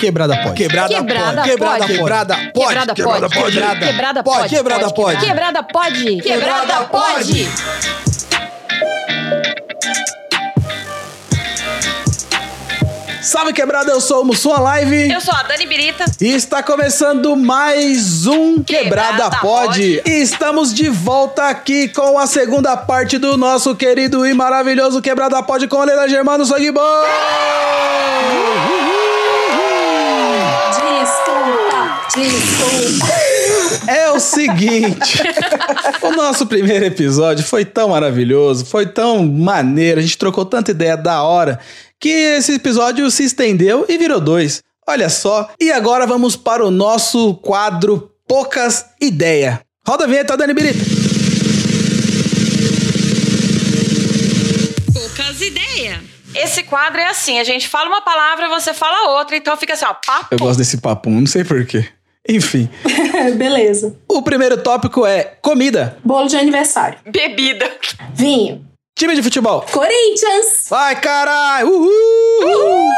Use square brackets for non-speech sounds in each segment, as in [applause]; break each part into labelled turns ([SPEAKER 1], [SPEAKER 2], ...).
[SPEAKER 1] Quebrada pode.
[SPEAKER 2] Quebrada,
[SPEAKER 3] Quebrada
[SPEAKER 2] pode. Quebrada,
[SPEAKER 3] pode.
[SPEAKER 2] quebrada pode.
[SPEAKER 3] Quebrada
[SPEAKER 2] Quebrada
[SPEAKER 3] pode.
[SPEAKER 2] pode.
[SPEAKER 3] Quebrada pode.
[SPEAKER 2] Quebrada pode.
[SPEAKER 3] Quebrada pode.
[SPEAKER 2] Quebrada pode. Salve quebrada, eu sou o Mussum, a Live.
[SPEAKER 3] Eu sou a Dani Birita.
[SPEAKER 2] E está começando mais um Quebrada,
[SPEAKER 3] Quebrada
[SPEAKER 2] Pod. E estamos de volta aqui com a segunda parte do nosso querido e maravilhoso Quebrada Pod com a Leila Germano Sangue Bom.
[SPEAKER 4] Desculpa, desculpa.
[SPEAKER 2] É o seguinte, [laughs] o nosso primeiro episódio foi tão maravilhoso, foi tão maneiro, a gente trocou tanta ideia da hora, que esse episódio se estendeu e virou dois. Olha só, e agora vamos para o nosso quadro Poucas Ideia. Roda a vinheta, Dani Birita.
[SPEAKER 3] Poucas ideias. Esse quadro é assim, a gente fala uma palavra, você fala outra, então fica assim, ó, papo.
[SPEAKER 2] Eu gosto desse papo, não sei porquê. Enfim,
[SPEAKER 4] [laughs] Beleza.
[SPEAKER 2] o primeiro tópico é comida,
[SPEAKER 4] Bolo de aniversário.
[SPEAKER 3] Bebida.
[SPEAKER 4] Vinho.
[SPEAKER 2] time de futebol.
[SPEAKER 4] Corinthians.
[SPEAKER 2] Vai, caralho! Uhul!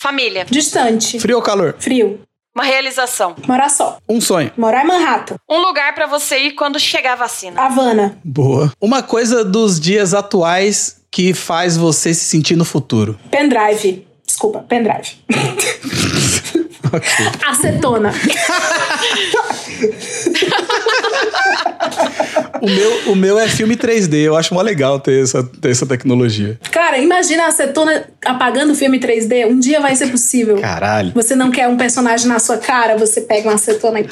[SPEAKER 3] Família.
[SPEAKER 4] Distante.
[SPEAKER 2] Frio ou calor?
[SPEAKER 4] Frio.
[SPEAKER 3] Uma realização.
[SPEAKER 4] Morar só.
[SPEAKER 2] Um sonho.
[SPEAKER 4] Morar em Manhattan.
[SPEAKER 3] Um lugar pra você ir quando chegar a vacina.
[SPEAKER 4] Havana.
[SPEAKER 2] Boa. Uma coisa dos dias atuais que faz você se sentir no futuro.
[SPEAKER 4] Pendrive. Desculpa, pendrive. [laughs] Acetona.
[SPEAKER 2] O meu, o meu é filme 3D, eu acho mó legal ter essa, ter essa tecnologia.
[SPEAKER 4] Cara, imagina a acetona apagando o filme 3D. Um dia vai ser possível.
[SPEAKER 2] Caralho.
[SPEAKER 4] Você não quer um personagem na sua cara, você pega uma acetona e.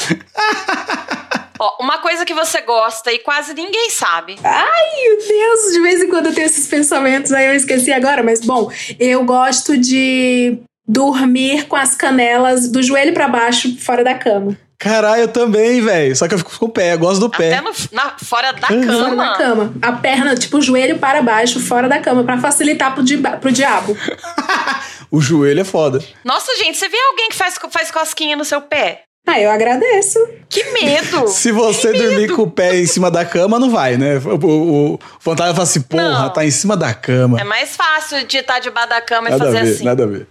[SPEAKER 3] Ó, uma coisa que você gosta e quase ninguém sabe.
[SPEAKER 2] É.
[SPEAKER 4] Ai, meu Deus, de vez em quando eu tenho esses pensamentos, aí eu esqueci agora, mas bom, eu gosto de dormir com as canelas do joelho pra baixo fora da cama.
[SPEAKER 2] Caralho, eu também, velho. Só que eu fico com o pé, eu gosto do
[SPEAKER 3] Até
[SPEAKER 2] pé.
[SPEAKER 3] no, na- fora da
[SPEAKER 2] Uhum.
[SPEAKER 4] Fora da
[SPEAKER 3] cama.
[SPEAKER 4] cama. A perna, tipo, o joelho para baixo, fora da cama, pra facilitar pro, diba- pro diabo.
[SPEAKER 2] O joelho é foda.
[SPEAKER 3] Nossa, gente, você vê alguém que faz, faz cosquinha no seu pé?
[SPEAKER 4] Ah, eu agradeço.
[SPEAKER 3] Que
[SPEAKER 2] [laughs]
[SPEAKER 3] medo!
[SPEAKER 2] Se você dormir com o pé em cima da cama, não vai, né? O, o- o fantasma fala assim, porra,
[SPEAKER 3] Não.
[SPEAKER 2] tá em cima da cama.
[SPEAKER 3] É mais fácil de estar debaixo da cama e
[SPEAKER 2] nada a
[SPEAKER 3] fazer
[SPEAKER 2] ver,
[SPEAKER 3] assim.
[SPEAKER 2] nada a ver.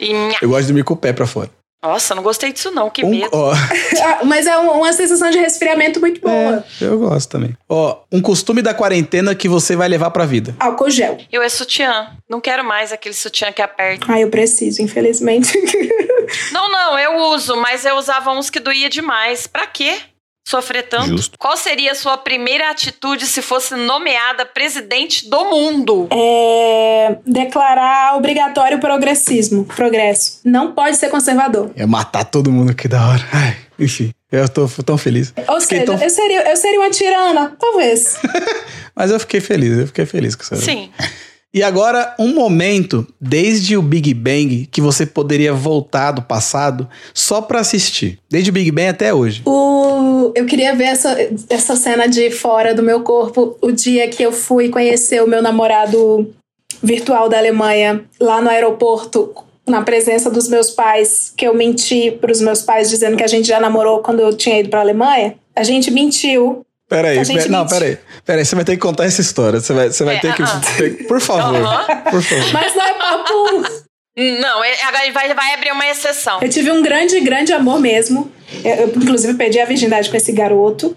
[SPEAKER 3] E nha.
[SPEAKER 2] Eu gosto de dormir com o pé pra fora.
[SPEAKER 3] Nossa, não gostei disso não, que
[SPEAKER 2] Um-
[SPEAKER 3] medo.
[SPEAKER 2] ó,
[SPEAKER 4] Ah, Mas é um- uma sensação de resfriamento muito boa.
[SPEAKER 2] eu gosto também. Ó, um costume da quarentena que você vai levar pra vida.
[SPEAKER 4] Álcool gel.
[SPEAKER 3] Eu é sutiã. Não quero mais aquele sutiã que aperta.
[SPEAKER 4] Ah, eu preciso, infelizmente. [laughs]
[SPEAKER 3] Não, não, eu uso, mas eu usava uns que doía demais. Pra quê? Sofrer tanto.
[SPEAKER 1] Justo.
[SPEAKER 3] Qual seria a sua primeira atitude se fosse nomeada presidente do mundo?
[SPEAKER 4] é, declarar obrigatório o progressismo. Progresso. Não pode ser conservador.
[SPEAKER 2] É matar todo mundo, que da hora. Ai, enfim, eu tô f- tão feliz.
[SPEAKER 4] Ou
[SPEAKER 2] Fiquei
[SPEAKER 4] seja,
[SPEAKER 2] tão-
[SPEAKER 4] eu, seria, eu seria uma tirana, talvez.
[SPEAKER 2] Mas eu fiquei feliz, eu fiquei feliz com isso.
[SPEAKER 3] Sim.
[SPEAKER 2] E agora, um momento, desde o Big Bang, que você poderia voltar do passado só pra assistir. Desde o Big Bang até hoje.
[SPEAKER 4] O, eu queria ver essa, essa cena de fora do meu corpo o dia que eu fui conhecer o meu namorado virtual da Alemanha lá no aeroporto, na presença dos meus pais, que eu menti para os meus pais dizendo que a gente já namorou quando eu tinha ido para a Alemanha. A gente mentiu.
[SPEAKER 2] Peraí,
[SPEAKER 4] A gente
[SPEAKER 2] pera- não,
[SPEAKER 4] mente.
[SPEAKER 2] peraí. Peraí, você vai ter que contar essa história. Você vai, você vai
[SPEAKER 3] Tá É,
[SPEAKER 2] ter que.
[SPEAKER 3] ah, ah.
[SPEAKER 2] ter- por favor.
[SPEAKER 3] Aham.
[SPEAKER 2] Por
[SPEAKER 3] [laughs]
[SPEAKER 2] favor.
[SPEAKER 4] Mas não é papo.
[SPEAKER 3] Não, é- agora vai, vai abrir uma exceção.
[SPEAKER 4] Eu tive um grande, grande amor mesmo. Eu, eu, inclusive, perdi a virgindade com esse garoto,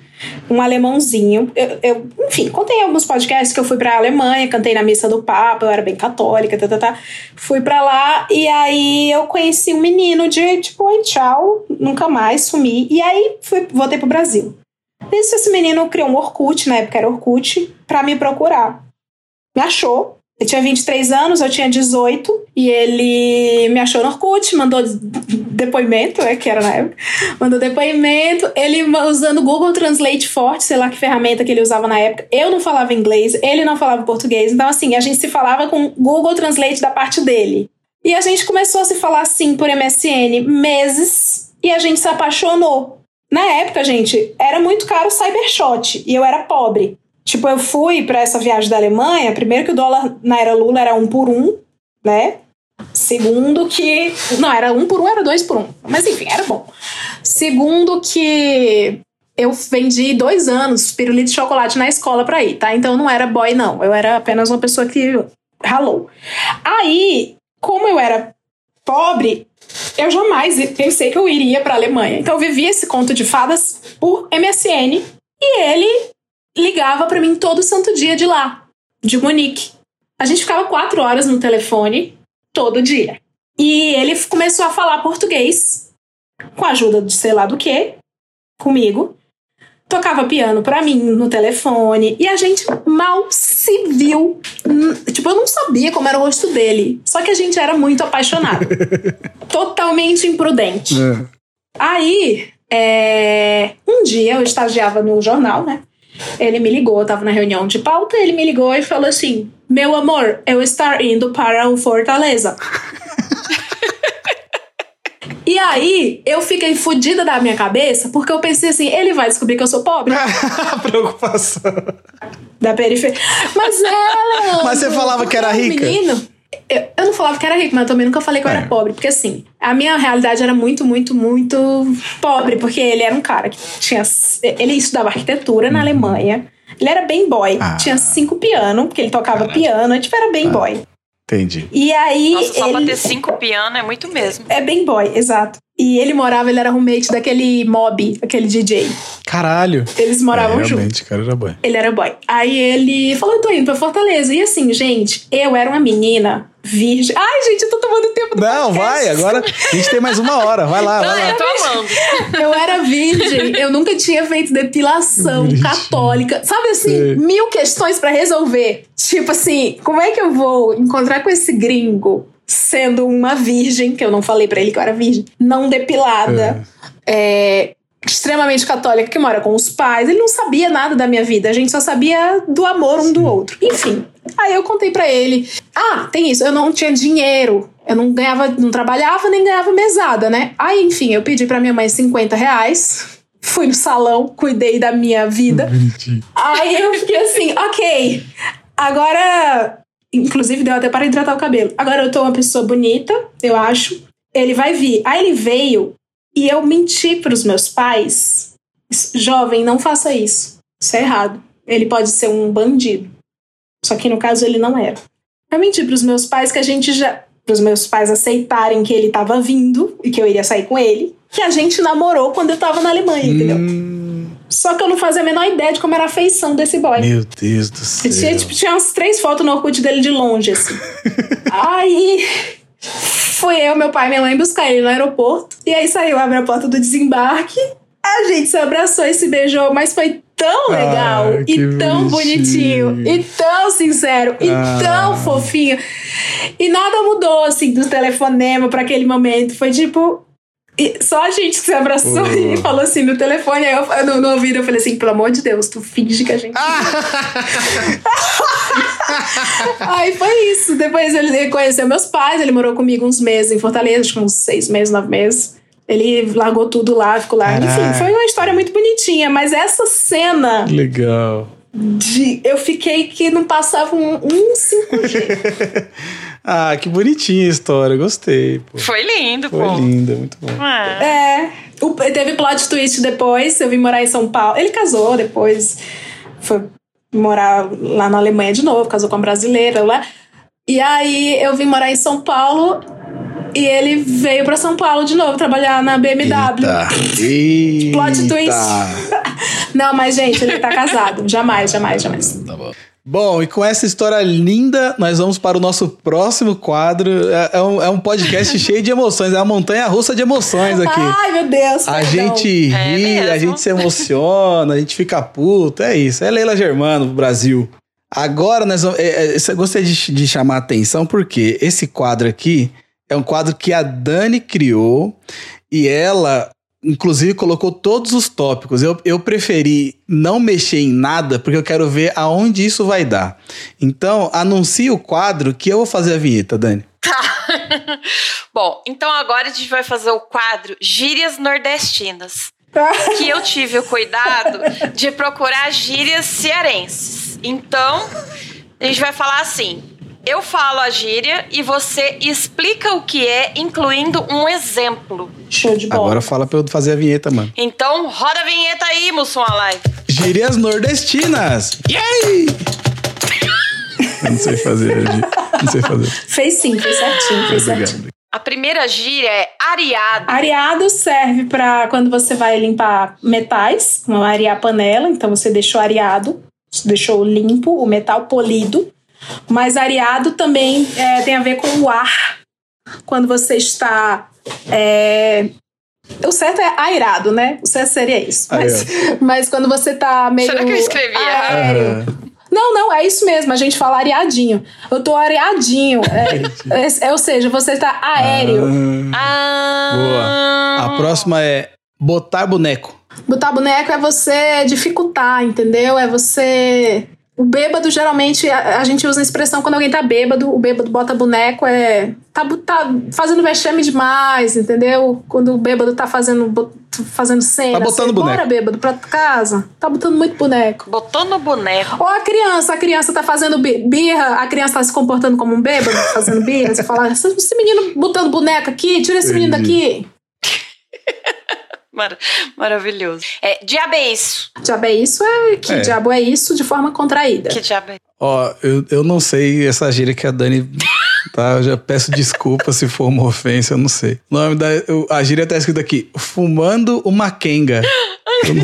[SPEAKER 4] um alemãozinho. Eu, eu, enfim, contei em alguns podcasts que eu fui pra Alemanha, cantei na missa do Papa, eu era bem católica, tá, tá, tá. Fui pra lá e aí eu conheci um menino de tipo, oi, tchau, nunca mais, sumi. E aí fui, voltei pro Brasil. Nisso, esse menino criou um Orkut, na época era Orkut, pra me procurar. Me achou, eu tinha 23 anos, eu tinha 18, e ele me achou no Orkut, mandou depoimento, é que era na época, mandou depoimento, ele ma- usando o Google Translate forte, sei lá que ferramenta que ele usava na época, eu não falava inglês, ele não falava português, então assim, a gente se falava com o Google Translate da parte dele. E a gente começou a se falar assim por MSN meses, e a gente se apaixonou. Na época, gente, era muito caro o Cybershot, e eu era pobre. Tipo, eu fui pra essa viagem da Alemanha, primeiro que o dólar na era Lula era um por um, né? Segundo que. Não, era um por um, era dois por um. Mas enfim, era bom. Segundo que eu vendi dois anos pirulito de chocolate na escola pra ir, tá? Então eu não era boy, não. Eu era apenas uma pessoa que ralou. Aí, como eu era pobre, eu jamais pensei que eu iria para a Alemanha. Então eu vivia esse conto de fadas por MSN e ele ligava para mim todo santo dia de lá, de Munique. A gente ficava quatro horas no telefone todo dia. E ele começou a falar português com a ajuda de sei lá do que comigo. Tocava piano para mim no telefone e a gente mal se viu. Hum, Tipo, eu não sabia como era o rosto dele. Só que a gente era muito apaixonado. Totalmente imprudente. Aí, é, um dia eu estagiava no jornal, né? Ele me ligou, eu tava na reunião de pauta, ele me ligou e falou assim: Meu amor, eu estou indo para o Fortaleza. [laughs] e aí, eu fiquei fodida da minha cabeça, porque eu pensei assim: ele vai descobrir que eu sou pobre,
[SPEAKER 2] Preocupação.
[SPEAKER 4] da periferia. Mas
[SPEAKER 2] [laughs]
[SPEAKER 4] ela. é um
[SPEAKER 2] Mas você falava que era rica?
[SPEAKER 4] Menino, eu, eu não falava que era rica, mas eu também nunca falei que eu
[SPEAKER 2] É.
[SPEAKER 4] era pobre, porque assim, a minha realidade era muito, muito, muito pobre, porque ele era um cara que tinha. Ele estudava arquitetura na Alemanha. Ele era bem boy.
[SPEAKER 2] Uhum. Ah.
[SPEAKER 4] Tinha cinco piano, porque ele tocava
[SPEAKER 2] Caraca. Ah.
[SPEAKER 4] piano, tipo, era bem boy.
[SPEAKER 2] Entendi.
[SPEAKER 4] E aí.
[SPEAKER 3] Nossa, só pra
[SPEAKER 4] ele-
[SPEAKER 3] ter cinco piano é muito mesmo.
[SPEAKER 4] É bem boy, exato. E ele morava, ele era roommate daquele mob, aquele DJ.
[SPEAKER 2] Caralho.
[SPEAKER 4] Eles
[SPEAKER 2] É,
[SPEAKER 3] um
[SPEAKER 4] moravam juntos.
[SPEAKER 2] realmente, cara, era bom.
[SPEAKER 4] Ele era boy. Aí ele falou: eu tô indo pra Fortaleza. E assim, gente, eu era uma menina virgem. Ai, gente, eu tô tomando tempo do
[SPEAKER 2] Não,
[SPEAKER 4] podcast.
[SPEAKER 2] vai, agora a gente tem mais uma hora. Vai Tá lá,
[SPEAKER 3] Ah,
[SPEAKER 2] vai
[SPEAKER 3] eu
[SPEAKER 2] lá.
[SPEAKER 3] tô amando.
[SPEAKER 4] Eu era virgem, eu nunca tinha feito depilação
[SPEAKER 2] Virgem.
[SPEAKER 4] católica. Sabe assim,
[SPEAKER 2] Sei.
[SPEAKER 4] mil questões pra resolver. Tipo assim, como é que eu vou encontrar com esse gringo sendo uma virgem, que eu não falei pra ele que eu era virgem, não depilada, é, extremamente católica, que mora com os pais. Ele não sabia nada da minha vida, a gente só sabia do amor um do outro. Enfim, aí eu contei pra ele: ah, tem isso, eu não tinha dinheiro. Eu não ganhava, não trabalhava nem ganhava mesada, né? Aí, enfim, eu pedi pra minha mãe 50 reais, fui no salão, cuidei da minha vida.
[SPEAKER 2] Bonitinho.
[SPEAKER 4] Aí eu fiquei assim, ok. Agora. Inclusive, deu até para hidratar o cabelo. Agora eu tô uma pessoa bonita, eu acho. Ele vai vir. Aí ele veio e eu menti pros meus pais. Isso- Jovem, não faça isso. Isso é errado. Ele pode ser um bandido. Só que no caso ele não era. Eu menti pros meus pais que a gente já. Pros meus pais aceitarem que ele tava vindo e que eu iria sair com ele. Que a gente namorou quando eu tava na Alemanha, entendeu?
[SPEAKER 2] Hum,
[SPEAKER 4] Só que eu não fazia a menor ideia de como era a feição desse boy.
[SPEAKER 2] meu Deus do
[SPEAKER 3] é
[SPEAKER 4] Eu Tinha,
[SPEAKER 2] céu.
[SPEAKER 4] tipo, tinha umas três fotos no Orkut dele de
[SPEAKER 2] [laughs]
[SPEAKER 4] longe, assim. aí fui eu, meu pai e minha mãe buscar ele no aeroporto. E aí saiu, abre a porta do desembarque. A gente se abraçou e se beijou, mas foi
[SPEAKER 2] Ah,
[SPEAKER 4] tão legal
[SPEAKER 2] que
[SPEAKER 4] e tão
[SPEAKER 2] bonitinho.
[SPEAKER 4] bonitinho e tão sincero e
[SPEAKER 2] Ah.
[SPEAKER 4] tão fofinho. E nada mudou, assim, do telefonema pra aquele momento. Foi tipo. e Só a gente se abraçou
[SPEAKER 2] Pô.
[SPEAKER 4] e falou assim no telefone. Aí eu, no, no ouvido eu falei assim: pelo amor de Deus, tu finge que a gente. Aí foi isso. Depois ele conheceu meus pais, ele morou comigo uns meses em Fortaleza, acho que uns seis meses, nove meses. Ele largou tudo lá, ficou lá.
[SPEAKER 2] Caraca.
[SPEAKER 4] Enfim, foi uma história muito bonitinha, mas essa cena
[SPEAKER 2] Que [laughs] legal.
[SPEAKER 4] de eu fiquei que não passava um, um 5G.
[SPEAKER 2] Ah, que bonitinha a história. Gostei, pô.
[SPEAKER 3] Foi lindo,
[SPEAKER 2] Foi
[SPEAKER 3] pô.
[SPEAKER 2] linda, muito bom.
[SPEAKER 3] Ah,
[SPEAKER 4] é. O- teve plot twist depois, eu vim morar em São Paulo. Ele casou depois, foi morar lá na Alemanha de novo, casou com uma brasileira lá. E aí eu vim morar em São Paulo e ele veio pra São Paulo de novo trabalhar na BMW.
[SPEAKER 2] Eita.
[SPEAKER 4] Plot twist.
[SPEAKER 2] Eita.
[SPEAKER 4] Não, mas gente, ele tá casado. [laughs] jamais, jamais, jamais.
[SPEAKER 2] Tá bom. Bom, e com essa história linda, nós vamos para o nosso próximo quadro. É, é um, é um podcast [laughs] cheio de emoções, é uma montanha russa de emoções aqui.
[SPEAKER 4] Ai, meu Deus.
[SPEAKER 2] A
[SPEAKER 4] perdão.
[SPEAKER 2] gente
[SPEAKER 3] É
[SPEAKER 2] ri, a
[SPEAKER 3] mesmo.
[SPEAKER 2] gente se emociona, a gente fica puto, é isso. É Leila Germano, Brasil. Agora nós vamos. é, é, isso eu gostei de, ch- de chamar a atenção porque esse quadro aqui é um quadro que a Dani criou e ela, inclusive, colocou todos os tópicos. Eu, eu preferi não mexer em nada porque eu quero ver aonde isso vai dar. Então, anuncie o quadro que eu vou fazer a vinheta, Dani.
[SPEAKER 3] tá. Bom, então agora a gente vai fazer o quadro Gírias Nordestinas. Que eu tive o cuidado de procurar gírias cearenses. Então, a gente vai falar assim. Eu falo a gíria e você explica o que é, incluindo um exemplo.
[SPEAKER 4] [laughs] Show de bola.
[SPEAKER 2] Agora fala pra eu fazer a vinheta, mano.
[SPEAKER 3] Então, roda a vinheta aí, Mussum Alive.
[SPEAKER 2] Gírias nordestinas! Yay! Eu não sei fazer, Edi. Não sei fazer.
[SPEAKER 4] Fez sim, fez certinho, fez certinho.
[SPEAKER 2] Obrigado.
[SPEAKER 3] A primeira gíria é Areado.
[SPEAKER 4] Areado serve para quando você vai limpar metais, como arear a panela, então você deixou areado, você deixou limpo o metal polido. Mas areado também é, tem a ver com o ar. Quando você está. é, o certo é airado, né? O certo seria isso.
[SPEAKER 2] Ah, é.
[SPEAKER 4] Mas, mas quando você tá meio.
[SPEAKER 3] Será que eu escrevi errado?
[SPEAKER 4] aéreo, não, não, é isso mesmo. A gente fala areadinho. Eu tô areadinho. É, é- é- ou seja, você tá aéreo.
[SPEAKER 2] Ah,
[SPEAKER 3] Ah,
[SPEAKER 2] A próxima é botar boneco.
[SPEAKER 4] Botar boneco é você dificultar, entendeu? É você. O bêbado, geralmente, a, a gente usa a expressão quando alguém tá bêbado. O bêbado bota boneco é. Tá, bu- tá fazendo vexame demais, entendeu? Quando o bêbado tá fazendo, bo- fazendo cena.
[SPEAKER 2] Tá botando
[SPEAKER 4] assim, Bora,
[SPEAKER 2] boneco."
[SPEAKER 4] bêbado, pra casa. Tá botando muito boneco.
[SPEAKER 3] Botou no boneco.
[SPEAKER 4] Ou a criança, a criança tá fazendo bi- birra, a criança tá se comportando como um bêbado, fazendo birra, você fala, "Esse- esse menino botando boneca aqui, tira esse menino daqui.
[SPEAKER 3] Mara- maravilhoso. É, diabo é isso.
[SPEAKER 4] Diabo é isso, é que
[SPEAKER 2] É.
[SPEAKER 4] diabo é isso de forma contraída.
[SPEAKER 3] Que diabo é
[SPEAKER 2] Ó, eu, eu não sei essa gíria que a Dani. Tá, eu já peço desculpa se for uma ofensa, eu não sei. O nome da. o- A gíria tá escrita aqui: Fumando uma Kenga. Eu não-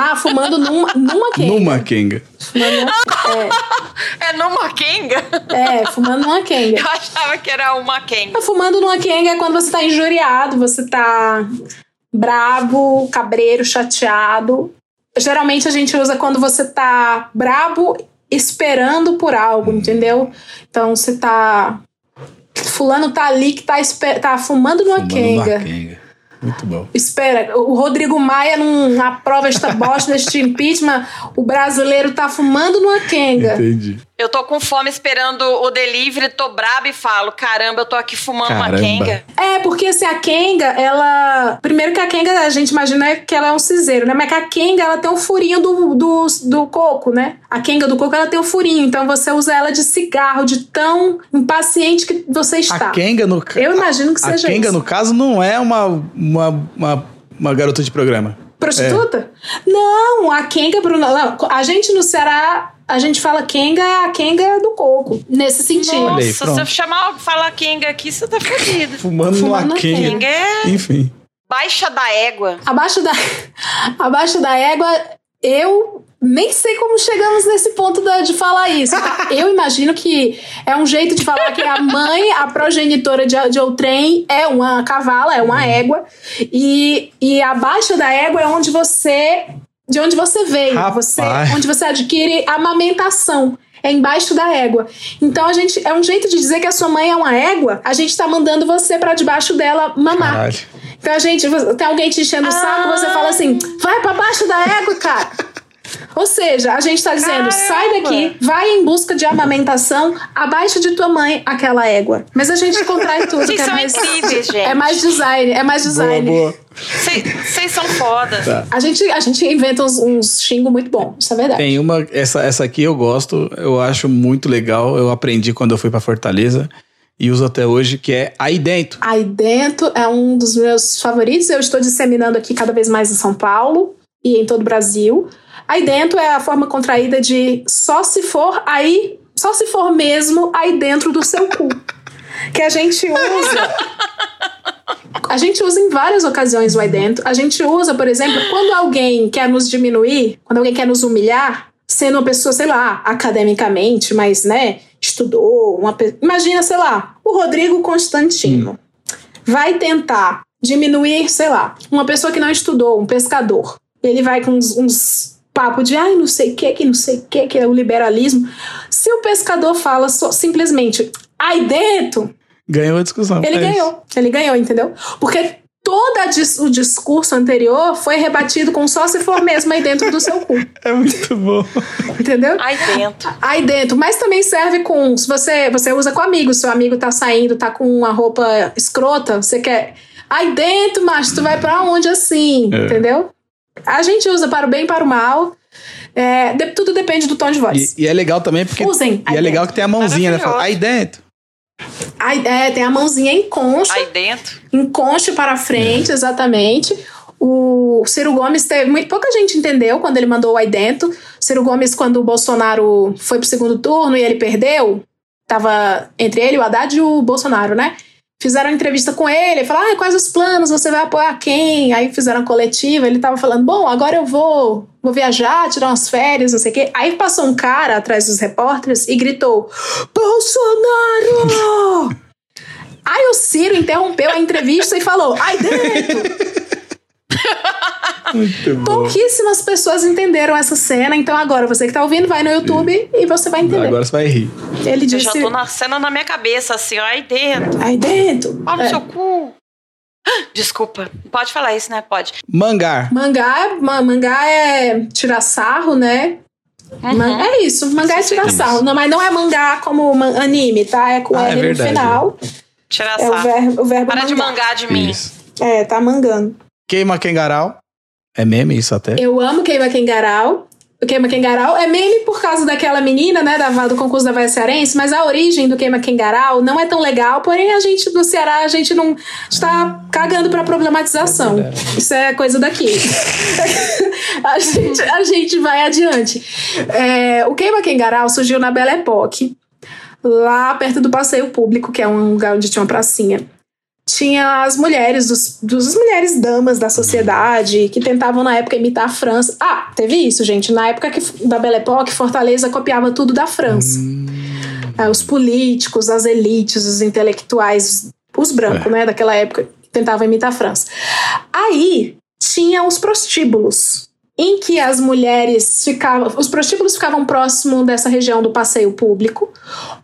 [SPEAKER 4] Ah, fumando numa, numa quem?
[SPEAKER 2] Numa Kenga.
[SPEAKER 4] Fumando numa-
[SPEAKER 3] É numa Kenga?
[SPEAKER 4] é, é, fumando numa quenga.
[SPEAKER 3] [laughs] Eu achava que era uma Kenga.
[SPEAKER 4] Ah, Fumando numa quenga é quando você tá injuriado, você tá brabo, cabreiro, chateado. Geralmente a gente usa quando você tá brabo esperando por algo,
[SPEAKER 2] Uhum.
[SPEAKER 4] entendeu? Então você tá. Fulano tá ali que tá, espe- tá fumando numa
[SPEAKER 2] Fumando
[SPEAKER 4] quenga.
[SPEAKER 2] uma Kenga. Muito bom.
[SPEAKER 4] Espera, o Rodrigo Maia não aprova esta bosta deste impeachment. O brasileiro tá fumando numa quenga.
[SPEAKER 2] Entendi.
[SPEAKER 3] Eu tô com fome esperando o delivery, tô braba e falo: caramba, eu tô aqui fumando
[SPEAKER 2] Caramba.
[SPEAKER 3] uma Kenga.
[SPEAKER 4] É, porque assim, a Kenga, ela. Primeiro que a Kenga, a gente imagina que ela é um cinzeiro, né? Mas que a Kenga, ela tem um furinho do, do, do coco, né? A Kenga do coco, ela tem um furinho. Então você usa ela de cigarro, de tão impaciente que você está.
[SPEAKER 2] A Kenga no. ca-
[SPEAKER 4] Eu imagino que
[SPEAKER 2] A
[SPEAKER 4] seja
[SPEAKER 2] Kenga,
[SPEAKER 4] isso.
[SPEAKER 2] no caso, não é uma, uma, uma, uma garota de programa.
[SPEAKER 4] Prostituta? Não, a Kenga, Bruno. não, a gente no Ceará, a gente fala Kenga, a Kenga é do coco. Nesse sentido.
[SPEAKER 3] Nossa,
[SPEAKER 2] Olha aí,
[SPEAKER 3] se
[SPEAKER 2] pronto.
[SPEAKER 3] eu chamar falar Kenga aqui, você tá fodida.
[SPEAKER 2] Fumando,
[SPEAKER 4] Fumando
[SPEAKER 2] uma
[SPEAKER 4] uma
[SPEAKER 2] Kenga.
[SPEAKER 3] Kenga é
[SPEAKER 2] Enfim.
[SPEAKER 3] baixa da égua.
[SPEAKER 4] Abaixo da, [laughs] abaixo da égua, eu nem sei como chegamos nesse ponto da- de falar isso. tá?
[SPEAKER 2] [laughs]
[SPEAKER 4] Eu imagino que é um jeito de falar que a mãe, a progenitora de, de outrem, é uma cavala, é
[SPEAKER 2] Uhum.
[SPEAKER 4] uma égua. E, e abaixo da égua é onde você. De onde você veio,
[SPEAKER 2] Rapaz.
[SPEAKER 4] você, onde você adquire amamentação. É embaixo da égua. Então a gente. É um jeito de dizer que a sua mãe é uma égua, a gente tá mandando você pra debaixo dela mamar.
[SPEAKER 2] Caralho.
[SPEAKER 4] Então, gente, você- tem alguém te enchendo o saco, você fala assim:
[SPEAKER 3] Ah.
[SPEAKER 4] vai pra baixo da égua, cara. Ou seja, a gente tá dizendo, sai
[SPEAKER 3] Caramba.
[SPEAKER 4] daqui, vai em busca de amamentação abaixo de tua mãe, aquela égua. Mas a gente contrai
[SPEAKER 3] [laughs]
[SPEAKER 4] tudo, que
[SPEAKER 3] Vocês
[SPEAKER 4] é
[SPEAKER 3] são
[SPEAKER 4] mais,
[SPEAKER 3] incríveis, gente.
[SPEAKER 4] é mais design, é mais design.
[SPEAKER 2] Boa, boa.
[SPEAKER 3] Vocês vocês são foda.
[SPEAKER 2] Tá.
[SPEAKER 4] A, gente, a gente inventa uns, uns xingo muito bom, isso é verdade.
[SPEAKER 2] Tem uma, essa, essa aqui eu gosto, eu acho muito legal. Eu aprendi quando eu fui pra Fortaleza e uso até hoje, que é aí dentro.
[SPEAKER 4] Aí dentro é um dos meus favoritos. Eu estou disseminando aqui cada vez mais em São Paulo e em todo o Brasil. Aí dentro é a forma contraída de só se for aí, só se for mesmo aí dentro do seu cu. Que a gente usa. A gente usa em várias ocasiões o aí dentro. A gente usa, por exemplo, quando alguém quer nos diminuir, quando alguém quer nos humilhar, sendo uma pessoa, sei lá, academicamente, mas, né, estudou, uma pe... imagina, sei lá, o Rodrigo Constantino vai tentar diminuir, sei lá, uma pessoa que não estudou, um pescador. Ele vai com uns, uns papo de ai, não sei o que, que não sei o que, que é o liberalismo. Se o pescador fala só- simplesmente aí dentro,
[SPEAKER 2] Ganhou a discussão.
[SPEAKER 4] ele
[SPEAKER 2] É
[SPEAKER 4] ganhou. Ele ganhou, entendeu? Porque todo a dis- o discurso anterior foi rebatido com só se for mesmo aí dentro do seu cu,
[SPEAKER 2] isso. É muito bom.
[SPEAKER 4] entendeu?
[SPEAKER 3] Ai, dentro.
[SPEAKER 4] Aí dentro, mas também serve com. Se você, você usa com amigo, seu amigo tá saindo, tá com uma roupa escrota, você quer. Aí dentro, macho, tu vai pra onde assim?
[SPEAKER 2] É.
[SPEAKER 4] Entendeu? A gente usa para o bem e para o mal. É, de- tudo depende do tom de voz.
[SPEAKER 2] E, e é legal também porque.
[SPEAKER 4] Usem.
[SPEAKER 2] E
[SPEAKER 4] aí
[SPEAKER 2] é legal que tem a mãozinha, né? Fala, aí dentro.
[SPEAKER 4] dentro. Aí- é, tem a mãozinha em concha,
[SPEAKER 3] Ai, dentro.
[SPEAKER 4] em concha um para frente, exatamente. O Ciro Gomes teve. Muito, pouca gente entendeu quando ele mandou o aí dentro. Ciro Gomes, quando o Bolsonaro foi pro segundo turno e ele perdeu, tava entre ele, o Haddad e o Bolsonaro, né? Fizeram uma entrevista com ele, ele falou: ah, quais os planos? Você vai apoiar quem? Aí fizeram a coletiva, ele tava falando: bom, agora eu vou, vou viajar, tirar umas férias, não sei o quê. Aí passou um cara atrás dos repórteres e gritou: Bolsonaro! Aí o Ciro interrompeu a entrevista e falou: ai,
[SPEAKER 2] [laughs]
[SPEAKER 4] dentro!
[SPEAKER 2] Muito bom.
[SPEAKER 4] Pouquíssimas pessoas entenderam essa cena, então agora você que tá ouvindo, vai no YouTube e você vai entender.
[SPEAKER 2] Agora você vai rir.
[SPEAKER 4] Ele
[SPEAKER 3] Eu já
[SPEAKER 4] disse.
[SPEAKER 3] tô na cena na minha cabeça, assim, ó, aí dentro.
[SPEAKER 4] Aí dentro.
[SPEAKER 3] Ó no
[SPEAKER 4] É.
[SPEAKER 3] seu cu. Ah, Desculpa. Pode falar isso, né? Pode.
[SPEAKER 2] Mangar.
[SPEAKER 4] Mangá, ma- mangá é tirar sarro, né?
[SPEAKER 3] Uhum.
[SPEAKER 4] Man- É isso, mangá é
[SPEAKER 3] Isso,
[SPEAKER 4] tirar
[SPEAKER 2] isso.
[SPEAKER 4] sarro. Não, mas não é mangá como man- anime, tá? É com
[SPEAKER 2] Ah, é
[SPEAKER 4] L no
[SPEAKER 2] verdade.
[SPEAKER 4] final.
[SPEAKER 3] Tirar
[SPEAKER 4] É o
[SPEAKER 3] Tá sarro.
[SPEAKER 4] verbo, o verbo
[SPEAKER 3] Para de mangar de mim.
[SPEAKER 2] Isso.
[SPEAKER 4] É, tá mangando.
[SPEAKER 2] Queima Kengarau. É meme isso até?
[SPEAKER 4] Eu amo Queima Quem Garal. O Queima Quem Garal é meme por causa daquela menina, né, da, do concurso da Vaia Cearense, mas a origem do Queima Quem Garal não é tão legal, porém a gente do Ceará, a gente não está cagando pra problematização. Isso é coisa daqui. [laughs] a, gente, a gente vai adiante. É, o Queima Quem Garal surgiu na Belle Époque, lá perto do Passeio Público, que é um lugar onde tinha uma pracinha tinha as mulheres, dos, dos mulheres damas da sociedade, que tentavam na época imitar a França. Ah, teve isso, gente. Na época que, da Belle Époque, Fortaleza copiava tudo da França.
[SPEAKER 2] Hum.
[SPEAKER 4] Ah, os políticos, as elites, os intelectuais, os brancos, né, daquela época, que tentavam imitar a França. Aí tinha os prostíbulos, em que as mulheres ficavam. Os prostíbulos ficavam próximo dessa região do passeio público,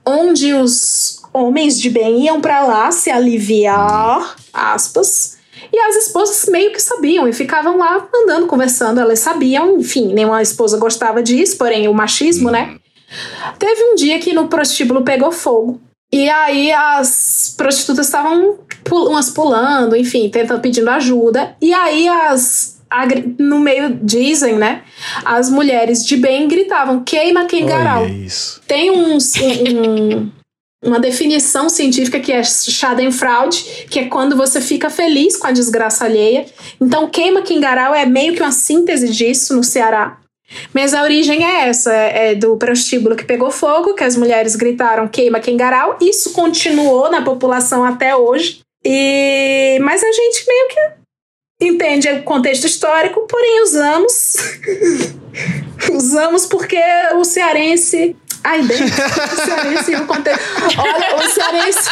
[SPEAKER 4] onde os homens de bem iam pra lá se aliviar, aspas. E as esposas meio que sabiam e ficavam lá andando, conversando. Elas sabiam, enfim, nenhuma esposa gostava disso, porém o machismo, né? Teve um dia que no prostíbulo pegou fogo. E aí as prostitutas estavam pul- umas pulando, enfim, tentando pedindo ajuda. E aí as agri- no meio dizem, né? As mulheres de bem gritavam: "Queima quem garal".
[SPEAKER 2] Olha isso.
[SPEAKER 4] Tem um, um- uma definição científica que é schadenfreude, que é quando você fica feliz com a desgraça alheia. Então, queima quingaral é meio que uma síntese disso no Ceará. Mas a origem é essa, é é do prostíbulo que pegou fogo, que as mulheres gritaram queima quingaral. Isso continuou na população até hoje. E mas a gente meio que entende o contexto histórico, porém usamos [laughs] usamos porque o cearense Ai, bem, o cearense no contexto. Olha, o cearense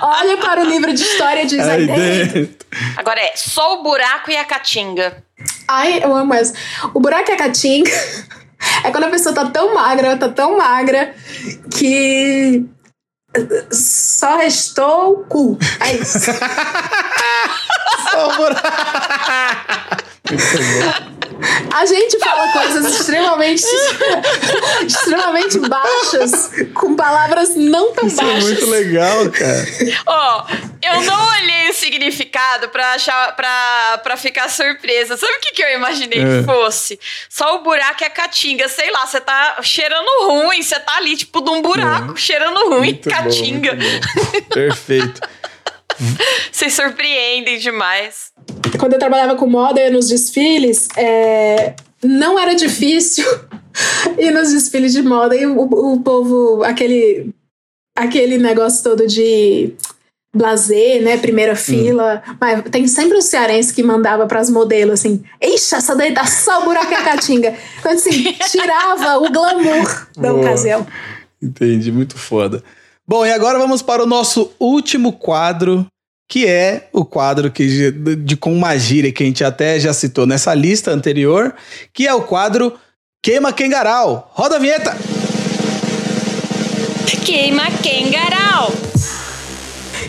[SPEAKER 4] olha para o livro de história e diz
[SPEAKER 2] Ai,
[SPEAKER 4] ai, bem,
[SPEAKER 2] dentro.
[SPEAKER 3] Agora é só o buraco e a caatinga.
[SPEAKER 4] Ai, eu amo essa. O buraco é a caatinga. É quando a pessoa tá tão magra, tá tão magra, que só restou o cu. É isso.
[SPEAKER 2] [laughs] Só o buraco.
[SPEAKER 4] A gente fala coisas extremamente, [laughs] extremamente baixas, com palavras não tão
[SPEAKER 2] Isso é
[SPEAKER 4] baixas.
[SPEAKER 2] muito legal, cara.
[SPEAKER 3] Ó, eu não olhei o significado pra, achar, pra, pra ficar surpresa. Sabe o que, que eu imaginei
[SPEAKER 2] É.
[SPEAKER 3] que fosse? Só o buraco e a caatinga. Sei lá, você tá cheirando ruim, você tá ali, tipo, de um buraco, cheirando ruim,
[SPEAKER 2] É. Muito bom,
[SPEAKER 3] caatinga.
[SPEAKER 2] muito bom. Perfeito.
[SPEAKER 3] Vocês surpreendem demais.
[SPEAKER 4] quando eu trabalhava com moda e nos desfiles, é, não era difícil [laughs] ir nos desfiles de moda e o, o povo, aquele, aquele negócio todo de blazer, né?
[SPEAKER 2] Hum.
[SPEAKER 4] Primeira fila. Mas tem sempre um cearense que mandava pras modelos assim: Ixi, essa daí tá só buraco e a caatinga. Então, assim, tirava o glamour da
[SPEAKER 2] Boa.
[SPEAKER 4] ocasião.
[SPEAKER 2] Entendi, muito foda. Bom, e agora vamos para o nosso último quadro, que é o quadro que, de, de com uma gíria que a gente até já citou nessa lista anterior, que é o quadro Queima Kengarau. Roda a vinheta!
[SPEAKER 3] Queima Kengarau.
[SPEAKER 2] [laughs]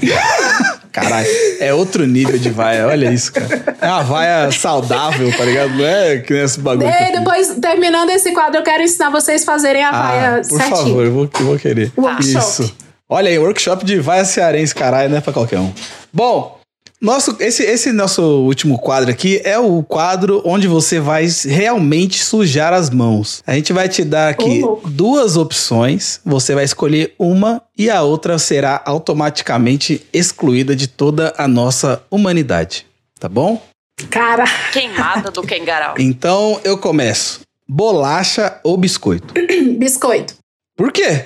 [SPEAKER 2] Caralho, é outro nível de vaia, olha isso, cara. É uma vaia saudável, tá ligado? Não é que nem esse bagulho. que eu
[SPEAKER 4] E
[SPEAKER 2] fiz.
[SPEAKER 4] depois, terminando esse quadro, eu quero ensinar vocês a fazerem a
[SPEAKER 2] Ah,
[SPEAKER 4] vaia
[SPEAKER 2] por
[SPEAKER 4] certinho.
[SPEAKER 2] favor, eu vou, eu vou querer.
[SPEAKER 4] é, Um Workshop.
[SPEAKER 2] Isso. Olha aí, um workshop de vaia cearense, caralho, não é pra qualquer um. Bom, nosso, esse, esse nosso último quadro aqui é o quadro onde você vai realmente sujar as mãos. A gente vai te dar aqui
[SPEAKER 4] Ô, louco.
[SPEAKER 2] duas opções, você vai escolher uma e a outra será automaticamente excluída de toda a nossa humanidade, tá bom?
[SPEAKER 4] Cara, [laughs]
[SPEAKER 3] Queimada do Kengarau.
[SPEAKER 2] Então eu começo. Bolacha ou biscoito?
[SPEAKER 4] biscoito.
[SPEAKER 2] Por quê?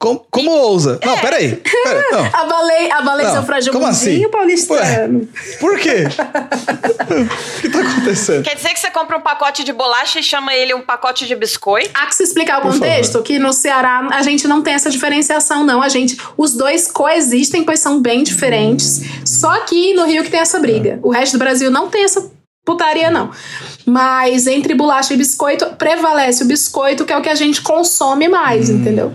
[SPEAKER 2] Como, como ousa? Não,
[SPEAKER 4] É.
[SPEAKER 2] peraí. peraí não.
[SPEAKER 4] A baleia, a baleia
[SPEAKER 2] Não,
[SPEAKER 4] naufragou
[SPEAKER 2] como
[SPEAKER 4] mundinho
[SPEAKER 2] assim?
[SPEAKER 4] paulistano.
[SPEAKER 2] Por
[SPEAKER 4] [laughs]
[SPEAKER 2] quê? o que tá acontecendo?
[SPEAKER 3] Quer dizer que você compra um pacote de bolacha e chama ele um pacote de biscoito?
[SPEAKER 4] Há que se explicar o
[SPEAKER 2] Por favor.
[SPEAKER 4] contexto, que no Ceará a gente não tem essa diferenciação, não. A gente, os dois coexistem, pois são bem diferentes. Só que no Rio que tem essa briga. O resto do Brasil não tem essa putaria, não. Mas entre bolacha e biscoito, prevalece o biscoito, que é o que a gente consome mais,
[SPEAKER 2] Hum.
[SPEAKER 4] entendeu?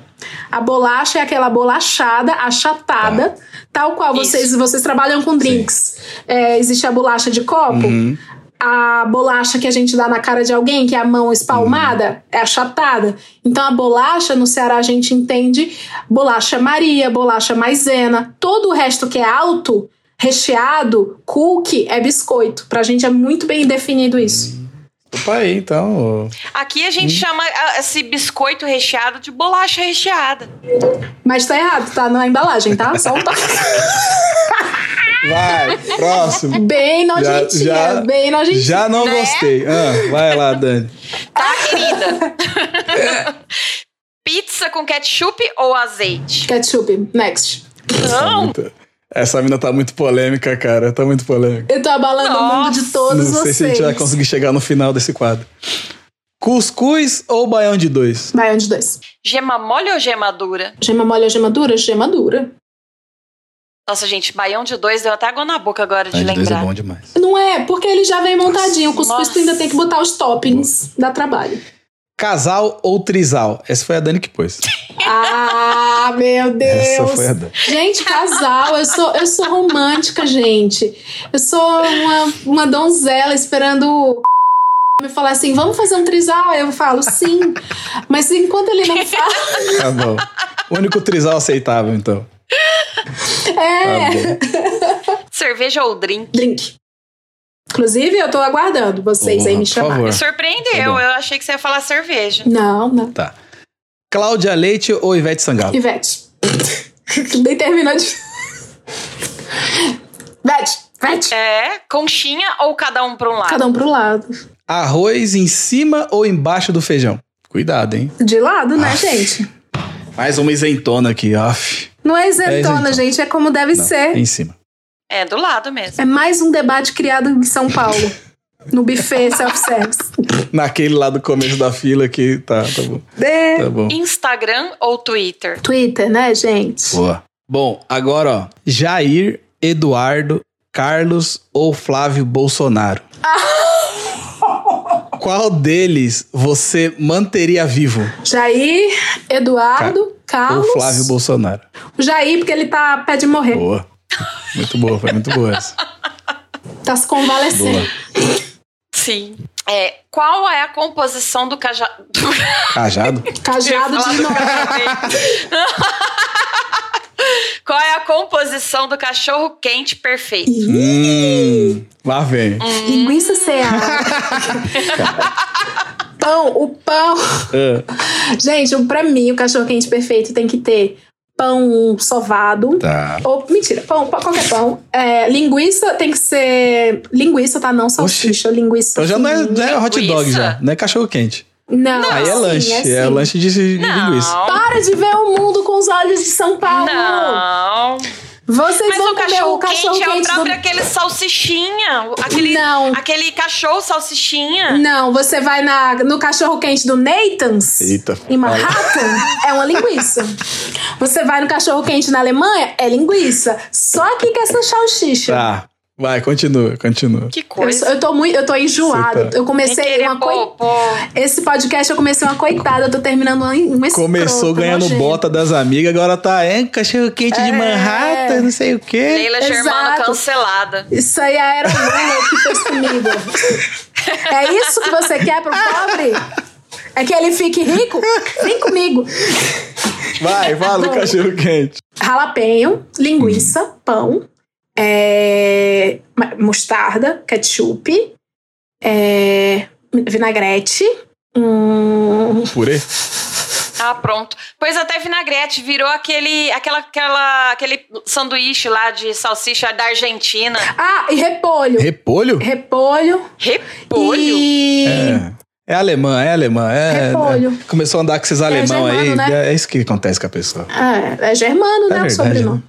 [SPEAKER 4] A bolacha é aquela bolachada,
[SPEAKER 2] Tá.
[SPEAKER 4] achatada, tal qual
[SPEAKER 3] Isso.
[SPEAKER 4] vocês, vocês trabalham com drinks. É, existe a bolacha de copo,
[SPEAKER 2] Uhum.
[SPEAKER 4] a bolacha que a gente dá na cara de alguém, que é a mão espalmada, é achatada. Então a bolacha no Ceará a gente entende bolacha Maria, bolacha maisena, todo o resto que é alto, recheado, cookie é biscoito. Pra gente é muito bem definido isso.
[SPEAKER 2] Opa aí, então.
[SPEAKER 3] Aqui a gente chama ah, esse biscoito recheado de bolacha recheada.
[SPEAKER 4] Mas tá errado, tá na embalagem, tá? Só um toque.
[SPEAKER 2] Vai, próximo.
[SPEAKER 4] Bem nojentinha,
[SPEAKER 2] já-
[SPEAKER 4] bem nojentinha.
[SPEAKER 2] Já não
[SPEAKER 3] Né?
[SPEAKER 2] gostei. Ah, vai lá, Dani.
[SPEAKER 3] Tá, querida? Pizza com ketchup ou azeite?
[SPEAKER 4] Ketchup, next.
[SPEAKER 2] Tá
[SPEAKER 3] Não.
[SPEAKER 2] muito- Essa mina tá muito polêmica, cara. Tá muito polêmica.
[SPEAKER 4] Eu tô abalando o mundo de todos
[SPEAKER 2] não sei se a
[SPEAKER 4] vocês.
[SPEAKER 2] gente vai conseguir chegar no final desse quadro. Cuscuz ou baião de dois?
[SPEAKER 4] Vai, um de dois.
[SPEAKER 3] Gema mole ou gema dura?
[SPEAKER 4] Gema mole ou gema dura? Gema dura.
[SPEAKER 3] Nossa, gente, baião de dois deu até água na boca agora de
[SPEAKER 2] Baião de dois é
[SPEAKER 3] lembrar.
[SPEAKER 2] bom demais.
[SPEAKER 4] Não é, porque ele já vem montadinho. O cuscuz
[SPEAKER 3] Nossa.
[SPEAKER 4] tu ainda tem que botar os toppings. Dá trabalho.
[SPEAKER 2] Casal ou trisal? Essa foi a Dani que pôs.
[SPEAKER 4] Ah, [laughs] meu
[SPEAKER 2] Essa
[SPEAKER 4] Deus.
[SPEAKER 2] foi a Dani.
[SPEAKER 4] Gente, casal, eu sou, eu sou romântica, gente. Eu sou uma, uma donzela esperando o [laughs] me falar assim, vamos fazer um trisal? Aí Eu falo, sim. Mas enquanto ele não fala, [laughs]
[SPEAKER 2] Tá bom. O único trisal aceitável, então. Tá
[SPEAKER 4] é
[SPEAKER 2] bom.
[SPEAKER 3] Cerveja ou drink?
[SPEAKER 4] drink. Inclusive, eu tô aguardando vocês aí
[SPEAKER 2] Porra,
[SPEAKER 4] me
[SPEAKER 2] por
[SPEAKER 4] chamarem.
[SPEAKER 2] favor.
[SPEAKER 3] Me surpreendeu,
[SPEAKER 2] Tá bom.
[SPEAKER 3] eu achei que você ia falar cerveja.
[SPEAKER 4] Não, não.
[SPEAKER 2] Tá. Cláudia Leite ou Ivete Sangalo?
[SPEAKER 4] Ivete. [laughs] Nem terminou de. Vete, Vete.
[SPEAKER 3] É, conchinha ou cada um pra um lado?
[SPEAKER 4] Cada um pro lado.
[SPEAKER 2] Arroz em cima ou embaixo do feijão? Cuidado, hein?
[SPEAKER 4] De lado, né,
[SPEAKER 2] Ah.
[SPEAKER 4] gente?
[SPEAKER 2] Mais uma isentona aqui, off.
[SPEAKER 4] Não é
[SPEAKER 2] É
[SPEAKER 4] isentona,
[SPEAKER 2] isentona.
[SPEAKER 4] gente. É como deve ser.
[SPEAKER 2] Em cima.
[SPEAKER 3] É, do lado mesmo.
[SPEAKER 4] É mais um debate criado em São Paulo. No buffet self-service.
[SPEAKER 2] Naquele lá do começo da fila que tá, tá bom.
[SPEAKER 4] De-
[SPEAKER 2] Tá bom.
[SPEAKER 3] Instagram ou Twitter?
[SPEAKER 4] Twitter, né, gente?
[SPEAKER 2] Boa. Bom, agora, ó. Jair, Eduardo, Carlos ou Flávio Bolsonaro?
[SPEAKER 4] Ah!
[SPEAKER 2] Qual deles você manteria vivo?
[SPEAKER 4] Jair, Eduardo, Carlos.
[SPEAKER 2] Ou Flávio Bolsonaro?
[SPEAKER 4] O Jair, porque ele tá a pé de morrer.
[SPEAKER 2] Boa. Muito boa, foi muito boa
[SPEAKER 4] [laughs]
[SPEAKER 2] essa.
[SPEAKER 4] Tá se convalescendo.
[SPEAKER 2] Boa.
[SPEAKER 3] Sim. É, qual é a composição [laughs] do cajado?
[SPEAKER 2] Cajado?
[SPEAKER 4] Cajado de novo.
[SPEAKER 3] [laughs] Qual é a composição do cachorro quente perfeito?
[SPEAKER 4] Ih,
[SPEAKER 2] Hum, lá vem. [laughs]
[SPEAKER 4] Linguiça ceada. pão, o pão.
[SPEAKER 2] Ah,
[SPEAKER 4] Gente, o- pra mim, o cachorro-quente perfeito tem que ter pão sovado.
[SPEAKER 2] tá.
[SPEAKER 4] Ou, mentira, pão, pão- qualquer pão. É, linguiça tem que ser. Linguiça, tá? Não salsicha, linguiça.
[SPEAKER 2] Então já não é,
[SPEAKER 4] fininha.
[SPEAKER 2] já é hot dog
[SPEAKER 3] Linguiça?
[SPEAKER 2] já, não é cachorro quente.
[SPEAKER 4] Não,
[SPEAKER 2] Aí é
[SPEAKER 4] sim,
[SPEAKER 2] lanche, é,
[SPEAKER 4] sim.
[SPEAKER 2] lanche de de
[SPEAKER 3] Não.
[SPEAKER 2] linguiça.
[SPEAKER 4] Para de ver o mundo com os olhos de São Paulo!
[SPEAKER 3] Não.
[SPEAKER 4] Vocês
[SPEAKER 3] Mas
[SPEAKER 4] vão
[SPEAKER 3] o
[SPEAKER 4] comer o
[SPEAKER 3] cachorro quente é o
[SPEAKER 4] cachorro-quente
[SPEAKER 3] próprio
[SPEAKER 4] do...
[SPEAKER 3] aquele salsichinha. Aquele,
[SPEAKER 4] Não.
[SPEAKER 3] aquele cachorro salsichinha.
[SPEAKER 4] Não, você vai na, no cachorro-quente do Nathan's
[SPEAKER 2] Eita.
[SPEAKER 4] em Manhattan, é uma linguiça. Você vai no cachorro-quente na Alemanha, é linguiça. Só aqui que é essa salsicha.
[SPEAKER 2] Tá, vai, continua, continua.
[SPEAKER 3] Que
[SPEAKER 4] Eu,
[SPEAKER 3] coisa.
[SPEAKER 4] sou- eu tô muito, eu tô enjoada.
[SPEAKER 2] Você tá-
[SPEAKER 4] Eu
[SPEAKER 3] Tem que
[SPEAKER 4] comecei
[SPEAKER 3] querer
[SPEAKER 4] uma coi...
[SPEAKER 3] pôr- pôr-
[SPEAKER 4] Esse podcast eu comecei uma coitada, eu tô terminando uma, uma
[SPEAKER 2] Começou
[SPEAKER 4] escrota,
[SPEAKER 2] ganhando
[SPEAKER 4] nojenta.
[SPEAKER 2] bota das amigas, agora tá, é, cachorro quente de
[SPEAKER 4] É.
[SPEAKER 2] Manhattan, não sei o quê.
[SPEAKER 3] Leila
[SPEAKER 4] Exato.
[SPEAKER 3] Germano cancelada.
[SPEAKER 4] Isso aí era o Lula que fez comigo. É isso que você quer pro pobre? É que ele fique rico? Vem comigo.
[SPEAKER 2] Vai,
[SPEAKER 4] [laughs]
[SPEAKER 2] fala, cachorro quente.
[SPEAKER 4] Jalapenho, linguiça,
[SPEAKER 2] Uhum.
[SPEAKER 4] pão, é, ma- mostarda, ketchup, é, vinagrete. Hum,
[SPEAKER 2] Purê?
[SPEAKER 3] Ah, pronto. Pois até vinagrete virou aquele, aquela, aquela, aquele sanduíche lá de salsicha da Argentina.
[SPEAKER 4] Ah, e repolho.
[SPEAKER 2] Repolho?
[SPEAKER 4] Repolho.
[SPEAKER 3] Repolho.
[SPEAKER 4] E
[SPEAKER 2] É. É alemã, é alemã. É,
[SPEAKER 4] Repolho.
[SPEAKER 2] Começou a andar com esses alemão aí.
[SPEAKER 4] germano, né?
[SPEAKER 2] É isso que acontece com a pessoa.
[SPEAKER 4] Ah, é germano, né?
[SPEAKER 2] É
[SPEAKER 4] o
[SPEAKER 2] verdade,
[SPEAKER 4] sobrenome.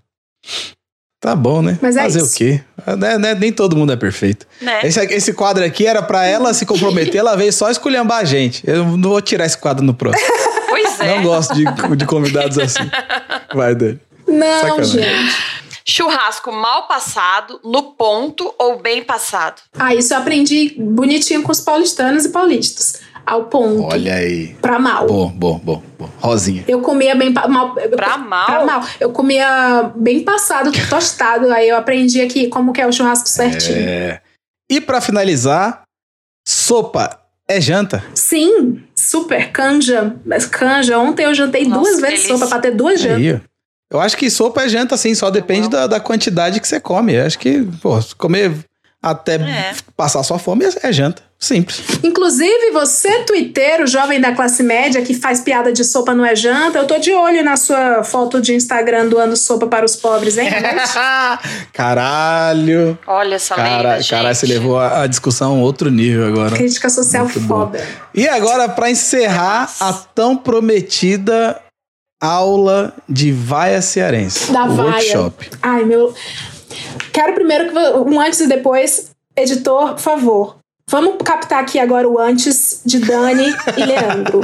[SPEAKER 2] Tá bom, né?
[SPEAKER 4] Mas é
[SPEAKER 2] Fazer
[SPEAKER 4] isso.
[SPEAKER 2] o quê? Né, né, nem todo mundo é perfeito.
[SPEAKER 3] Né?
[SPEAKER 2] Esse, esse quadro aqui era pra ela se comprometer, ela veio só esculhambar a gente. Eu não vou tirar esse quadro no próximo.
[SPEAKER 3] Pois [laughs] é.
[SPEAKER 2] Não gosto de, de convidados assim. Vai, Dani.
[SPEAKER 4] Não,
[SPEAKER 2] Sacanagem.
[SPEAKER 4] gente.
[SPEAKER 3] Churrasco mal passado, no ponto ou bem passado.
[SPEAKER 4] Ah, isso eu aprendi bonitinho com os paulistanos e paulistas. Ao ponto.
[SPEAKER 2] Olha aí.
[SPEAKER 4] Pra mal.
[SPEAKER 2] Bom, bom, bom, bom. Rosinha.
[SPEAKER 4] Eu comia bem pa- mal. eu-
[SPEAKER 3] Pra mal?
[SPEAKER 4] Pra mal. Eu comia bem
[SPEAKER 2] [laughs]
[SPEAKER 4] passado, tostado. Aí eu aprendi aqui como que é o churrasco certinho.
[SPEAKER 2] É. E pra finalizar, sopa é janta?
[SPEAKER 4] Sim, super. Canja. Mas canja. Ontem eu jantei
[SPEAKER 3] Nossa,
[SPEAKER 4] duas
[SPEAKER 3] que
[SPEAKER 4] vezes
[SPEAKER 3] delícia.
[SPEAKER 4] sopa pra ter duas jantas.
[SPEAKER 2] Aí, ó. eu acho que sopa é janta, assim,
[SPEAKER 3] Tá
[SPEAKER 2] só depende da, da quantidade que você come. Eu acho que, pô, se comer até
[SPEAKER 3] É.
[SPEAKER 2] passar sua fome é janta. Simples.
[SPEAKER 4] Inclusive, você, tuiteiro, jovem da classe média, que faz piada de sopa não é janta, eu tô de olho na sua foto de Instagram doando sopa para os
[SPEAKER 2] [laughs]
[SPEAKER 4] pobres, hein?
[SPEAKER 2] Caralho.
[SPEAKER 3] Olha essa
[SPEAKER 2] Cara,
[SPEAKER 3] lenda, Tá gente.
[SPEAKER 2] cara, você levou a, a discussão a um outro nível agora.
[SPEAKER 4] Crítica social
[SPEAKER 2] Muito bom.
[SPEAKER 4] foda.
[SPEAKER 2] E agora, pra encerrar, a tão prometida aula de vaia cearense.
[SPEAKER 4] Da
[SPEAKER 2] o
[SPEAKER 4] vaia.
[SPEAKER 2] workshop.
[SPEAKER 4] Ai, meu. Quero primeiro que vo- um antes e depois. Editor, por favor. Vamos captar aqui agora o antes de Dani
[SPEAKER 2] [laughs]
[SPEAKER 4] e Leandro.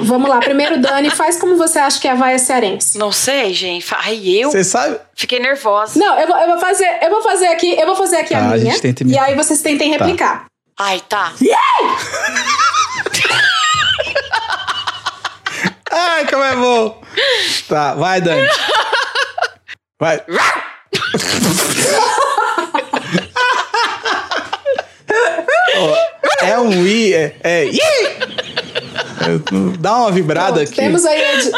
[SPEAKER 4] Vamos lá. Primeiro, Dani, faz como você acha que é a vaia cearense.
[SPEAKER 3] Não sei, gente. Ai, eu
[SPEAKER 2] Você sabe?
[SPEAKER 3] fiquei nervosa.
[SPEAKER 4] Não, eu vou, eu vou fazer, eu vou fazer aqui, eu vou fazer aqui
[SPEAKER 2] Tá,
[SPEAKER 4] a
[SPEAKER 2] a
[SPEAKER 4] minha.
[SPEAKER 2] gente tenta
[SPEAKER 4] e
[SPEAKER 2] imitar.
[SPEAKER 4] aí vocês tentem
[SPEAKER 2] Tá.
[SPEAKER 4] replicar.
[SPEAKER 3] Ai, tá.
[SPEAKER 2] Ai, como é bom! Tá, vai,
[SPEAKER 3] [laughs]
[SPEAKER 2] Dani. Vai. Ó, é um i, é. é i. É, Dá uma vibrada
[SPEAKER 4] Pronto,
[SPEAKER 2] aqui.
[SPEAKER 4] Temos aí edi-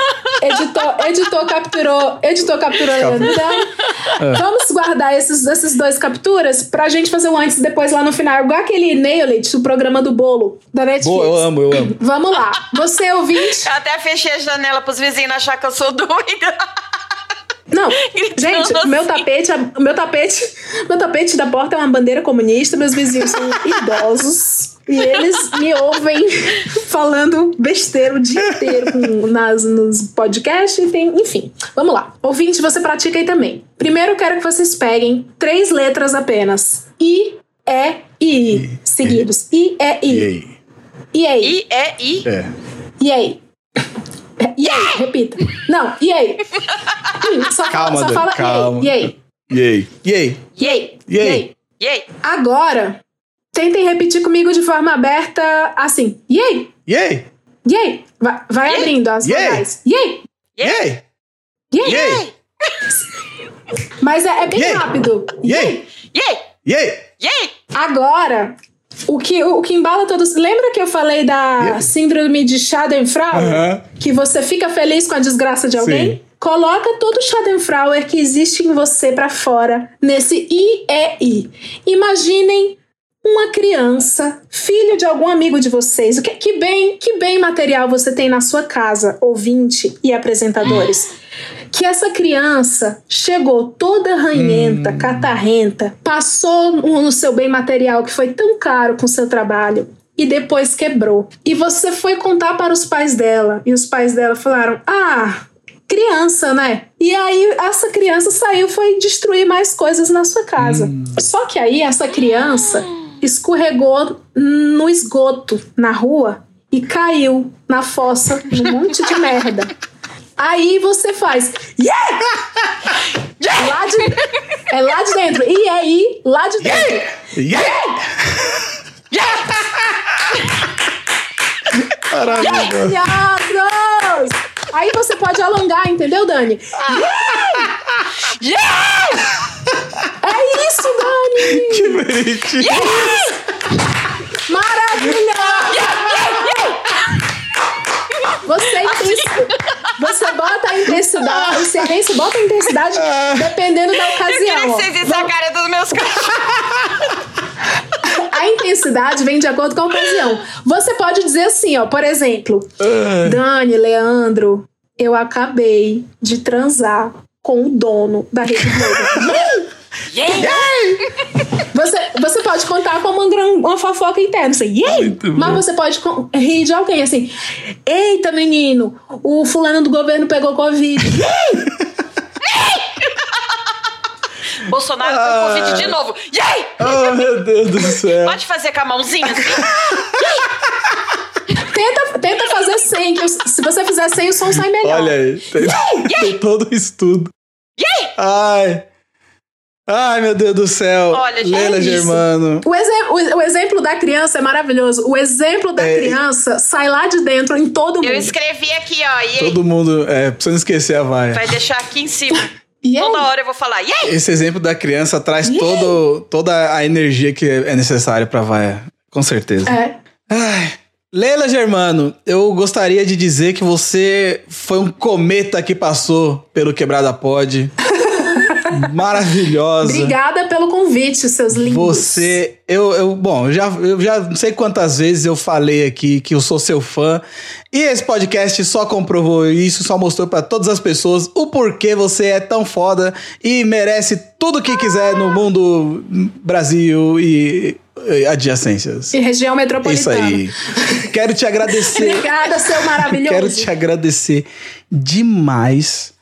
[SPEAKER 4] editor, editor capturou, editor capturou Leandro.
[SPEAKER 2] É.
[SPEAKER 4] Então, vamos guardar esses, esses dois capturas pra gente fazer o antes e depois lá no final. Igual aquele Nailed, o programa do bolo da Netflix.
[SPEAKER 2] Boa, eu amo, eu amo.
[SPEAKER 4] Vamos lá. Você ouvinte.
[SPEAKER 3] Eu até fechei a janela pros vizinhos achar que eu sou doida. [laughs]
[SPEAKER 4] Não.
[SPEAKER 3] Gritando
[SPEAKER 4] Gente, o meu
[SPEAKER 3] assim.
[SPEAKER 4] tapete, o meu tapete, meu tapete da porta é uma bandeira comunista, meus vizinhos
[SPEAKER 3] [laughs]
[SPEAKER 4] são idosos e eles me ouvem [laughs] falando besteira o dia inteiro com- nas, nos podcasts, e tem- enfim. Vamos lá. Ouvinte, você pratica aí também. Primeiro eu quero que vocês peguem três letras apenas. I, E, I, seguidos. I, E,
[SPEAKER 2] E
[SPEAKER 4] I.
[SPEAKER 2] aí?
[SPEAKER 4] E aí?
[SPEAKER 3] I, E, I.
[SPEAKER 2] É.
[SPEAKER 4] E aí? E aí? Repita. Não,
[SPEAKER 3] [laughs]
[SPEAKER 4] e aí? Hum, Só
[SPEAKER 2] Calma,
[SPEAKER 4] fala, só
[SPEAKER 2] Dani,
[SPEAKER 4] fala
[SPEAKER 2] calma.
[SPEAKER 4] e aí?
[SPEAKER 2] E aí? E aí?
[SPEAKER 4] E aí?
[SPEAKER 2] E aí?
[SPEAKER 3] E aí?
[SPEAKER 4] Agora, tentem repetir comigo de forma aberta, assim. E aí?
[SPEAKER 2] E aí?
[SPEAKER 4] E aí? Vai, vai
[SPEAKER 3] E aí?
[SPEAKER 4] abrindo as
[SPEAKER 2] E aí?
[SPEAKER 4] vogais. E aí?
[SPEAKER 2] E aí?
[SPEAKER 4] E aí?
[SPEAKER 2] E aí?
[SPEAKER 4] Mas é, é bem
[SPEAKER 2] E aí?
[SPEAKER 4] rápido.
[SPEAKER 2] E aí?
[SPEAKER 3] E aí?
[SPEAKER 2] E aí?
[SPEAKER 3] E aí?
[SPEAKER 4] Agora, o que, o que embala todos... Lembra que eu falei
[SPEAKER 2] E
[SPEAKER 4] da
[SPEAKER 2] aí?
[SPEAKER 4] síndrome de Schadenfreude?
[SPEAKER 2] Aham.
[SPEAKER 4] que você fica feliz com a desgraça de alguém,
[SPEAKER 2] Sim.
[SPEAKER 4] coloca todo o Schadenfrauer que existe em você pra fora nesse IEI. Imaginem uma criança, filho de algum amigo de vocês. O que, que bem, que bem material você tem na sua casa, ouvinte e apresentadores. Que essa criança chegou toda ranhenta, catarrenta, passou no no seu bem material que foi tão caro com seu trabalho e depois quebrou. E você foi contar para os pais dela e os pais dela falaram: "Ah, criança, né? E aí essa criança saiu foi destruir mais coisas na sua casa. Só que aí essa criança escorregou no esgoto na rua e caiu na fossa num monte de merda. Aí você faz. Yeah! É Lá de, é lá de dentro. E aí, lá de dentro.
[SPEAKER 2] E aí? Maravilhoso.
[SPEAKER 4] Maravilhosos! é Aí você pode alongar, entendeu, Dani? É isso, Dani!
[SPEAKER 2] Que bonitinho.
[SPEAKER 4] Maravilhoso! Você, intensi- você bota a intensidade, o cearense bota a intensidade dependendo da
[SPEAKER 3] Eu queria é que
[SPEAKER 4] ocasião.
[SPEAKER 3] vocês vissem a cara dos meus cachorros.
[SPEAKER 4] A intensidade vem de acordo com a ocasião. Você pode dizer assim, ó, por exemplo,
[SPEAKER 2] Ah.
[SPEAKER 4] Dani, Leandro, eu acabei de transar com o dono da Rede Globo.
[SPEAKER 3] E aí?
[SPEAKER 4] Você, você pode contar como uma, gran- uma uma fofoca interna, assim, Yay!
[SPEAKER 2] Muito
[SPEAKER 4] mas
[SPEAKER 2] bom.
[SPEAKER 4] você pode com- rir de alguém, assim, eita menino, o fulano do governo pegou Covid.
[SPEAKER 3] Bolsonaro
[SPEAKER 2] Ah.
[SPEAKER 3] tem Covid de novo. E aí?
[SPEAKER 2] Oh, meu Deus do céu.
[SPEAKER 3] Pode fazer com a mãozinha assim?
[SPEAKER 4] tenta, tenta fazer sem, que eu- se você fizer sem, o som sai melhor.
[SPEAKER 2] Olha aí. Tem, tem todo o estudo.
[SPEAKER 3] Yay!
[SPEAKER 2] Ai. Ai, meu Deus do céu.
[SPEAKER 3] Olha, gente,
[SPEAKER 2] Leila
[SPEAKER 4] é isso.
[SPEAKER 2] Germano.
[SPEAKER 4] O, exe- o- o exemplo da criança é maravilhoso. O exemplo da
[SPEAKER 2] É.
[SPEAKER 4] criança sai lá de dentro em todo mundo.
[SPEAKER 3] Eu escrevi aqui, ó. E aí?
[SPEAKER 2] Todo mundo. É, precisa não esquecer a vaia.
[SPEAKER 3] Vai deixar aqui em cima.
[SPEAKER 4] E é aí?
[SPEAKER 3] Toda hora eu vou falar. E aí?
[SPEAKER 2] Esse exemplo da criança traz
[SPEAKER 4] Yay!
[SPEAKER 2] todo, toda a energia que é necessária pra vaia. Com certeza.
[SPEAKER 4] É.
[SPEAKER 2] Ai. Leila Germano, eu gostaria de dizer que você foi um cometa que passou pelo Quebrada
[SPEAKER 4] [laughs]
[SPEAKER 2] Pod. Maravilhosa.
[SPEAKER 4] Obrigada pelo convite, seus lindos.
[SPEAKER 2] Você, eu, eu bom, eu já, eu já não sei quantas vezes eu falei aqui que eu sou seu fã. E esse podcast só comprovou isso, só mostrou pra todas as pessoas o porquê você é tão foda e merece tudo que quiser no mundo Brasil e, e adjacências.
[SPEAKER 4] E região
[SPEAKER 2] Isso
[SPEAKER 4] metropolitana.
[SPEAKER 2] aí. Quero te agradecer.
[SPEAKER 4] Obrigada, seu maravilhoso.
[SPEAKER 2] Quero te agradecer demais.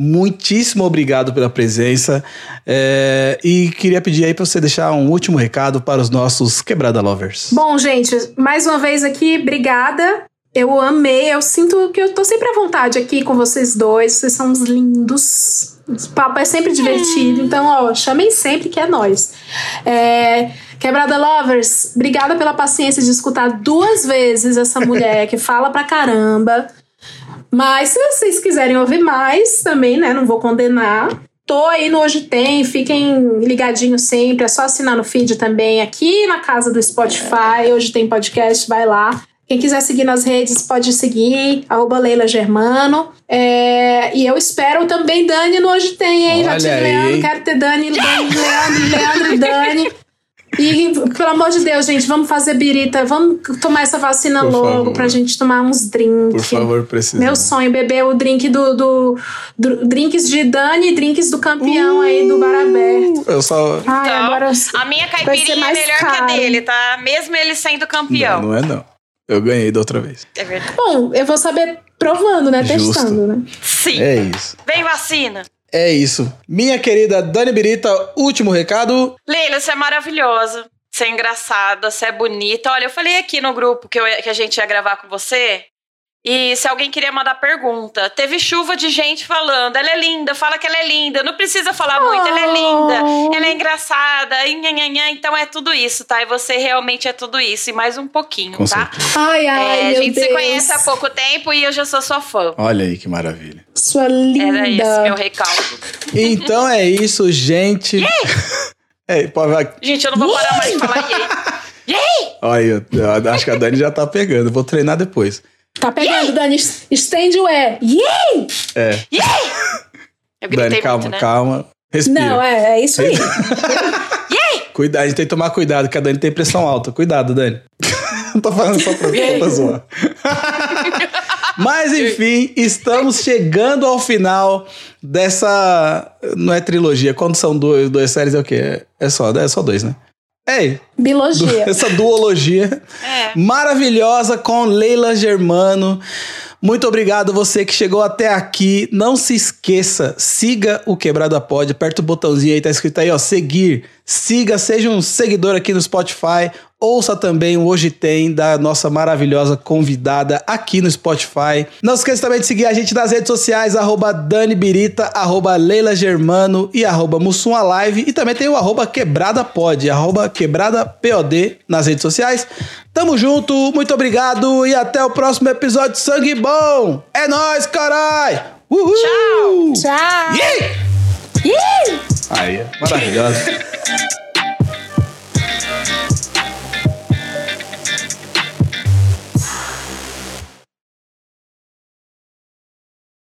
[SPEAKER 2] Muitíssimo obrigado pela presença. É, e queria pedir aí para você deixar um último recado para os nossos Quebrada Lovers.
[SPEAKER 4] Bom, gente, mais uma vez aqui, obrigada. Eu amei, eu sinto que eu tô sempre à vontade aqui com vocês dois. Vocês são uns lindos. O papo é sempre divertido. Então, ó, chamem sempre que é nós. É, Quebrada Lovers, obrigada pela paciência de escutar duas vezes essa mulher que fala pra caramba. Mas se vocês quiserem ouvir mais também, né? Não vou condenar. Tô aí no Hoje Tem, fiquem ligadinhos sempre. É só assinar no feed também aqui na casa do Spotify. Hoje tem podcast, vai lá. Quem quiser seguir nas redes, pode seguir, arroba Leila Germano. É, e eu espero também Dani no Hoje Tem, hein?
[SPEAKER 2] Olha
[SPEAKER 4] Já tive
[SPEAKER 2] aí,
[SPEAKER 4] Leandro,
[SPEAKER 2] hein?
[SPEAKER 4] quero ter Dani, Dani, Leandro,
[SPEAKER 2] [laughs]
[SPEAKER 4] Leandro e Dani. E, pelo amor de Deus, gente, vamos fazer birita, vamos tomar essa vacina
[SPEAKER 2] Por
[SPEAKER 4] logo
[SPEAKER 2] favor.
[SPEAKER 4] pra gente tomar uns drinks.
[SPEAKER 2] Por favor, precisa.
[SPEAKER 4] Meu sonho, é beber o drink do, do, do- Drinks de Dani e drinks do campeão aí do bar aberto.
[SPEAKER 2] Eu só.
[SPEAKER 4] Ai,
[SPEAKER 3] Então,
[SPEAKER 4] agora. Ah,
[SPEAKER 3] A minha
[SPEAKER 4] Vai ser
[SPEAKER 3] caipirinha é
[SPEAKER 4] mais
[SPEAKER 3] melhor
[SPEAKER 4] caro.
[SPEAKER 3] que a dele, tá? Mesmo ele sendo campeão.
[SPEAKER 2] Não, não é não. Eu ganhei da outra vez.
[SPEAKER 3] É verdade.
[SPEAKER 4] Bom, eu vou saber provando, né?
[SPEAKER 2] Justo.
[SPEAKER 4] Testando, né?
[SPEAKER 3] Sim.
[SPEAKER 2] É isso.
[SPEAKER 3] Vem vacina.
[SPEAKER 2] É isso. Minha querida Dani Birita, último recado.
[SPEAKER 3] Leila, você é maravilhosa. Você é engraçada, você é bonita. Olha, eu falei aqui no grupo que, eu ia- que a gente ia gravar com você. E se alguém queria mandar pergunta, teve chuva de gente falando. Ela é linda, fala que ela é linda. Não precisa falar muito, ela é
[SPEAKER 4] Oh.
[SPEAKER 3] linda. Ela é engraçada. e nhan, nhan, nhan. Então é tudo isso, tá? E você realmente é tudo isso. E mais um pouquinho,
[SPEAKER 2] Com
[SPEAKER 3] tá?
[SPEAKER 4] Ai, ai,
[SPEAKER 3] É, a
[SPEAKER 4] meu
[SPEAKER 3] gente
[SPEAKER 4] Deus.
[SPEAKER 3] se conhece há pouco tempo e eu já sou sua fã.
[SPEAKER 2] Olha aí que maravilha.
[SPEAKER 4] Sua
[SPEAKER 3] Era esse meu
[SPEAKER 4] linda.
[SPEAKER 3] recalque.
[SPEAKER 2] Então é isso, gente. [laughs] É, pô, vai-
[SPEAKER 3] Gente, eu não vou parar mais de falar e aí.
[SPEAKER 2] Olha, aí, eu- eu acho que a Dani já tá pegando. Vou treinar depois.
[SPEAKER 4] Tá pegando, Dani. Estende o E. Yeah!
[SPEAKER 3] Eu gritei
[SPEAKER 2] Dani, calma,
[SPEAKER 3] muito, né?
[SPEAKER 2] calma. Respira.
[SPEAKER 4] Não, é, é isso aí.
[SPEAKER 2] Cuidado, a gente tem que tomar cuidado, que a Dani tem pressão alta. Cuidado, Dani. [laughs] Não tô falando só pra, só pra zoar. [laughs] Mas enfim, estamos chegando ao final dessa. Não é trilogia. Quando são duas, duas séries é o quê? É- É só, é só dois, né? Ei, du-
[SPEAKER 4] Biologia.
[SPEAKER 2] essa duologia
[SPEAKER 3] É.
[SPEAKER 2] maravilhosa com Leila Germano. Muito obrigado você que chegou até aqui. Não se esqueça, siga o Quebrada Pod, aperta o botãozinho aí, tá escrito aí, ó, seguir. Siga, seja um seguidor aqui no Spotify. Ouça também o Hoje Tem da nossa maravilhosa convidada aqui no Spotify. Não se esqueça também de seguir a gente nas redes sociais, arroba Dani Birita, arroba Leila Germano e arroba Mussum Alive. E também tem o arroba Quebrada Pod, arroba Quebrada POD nas redes sociais. Tamo junto, muito obrigado e até o próximo episódio de Sangue Bom. É nóis, carai! Uhul!
[SPEAKER 4] Tchau.
[SPEAKER 2] Aí, maravilhosa.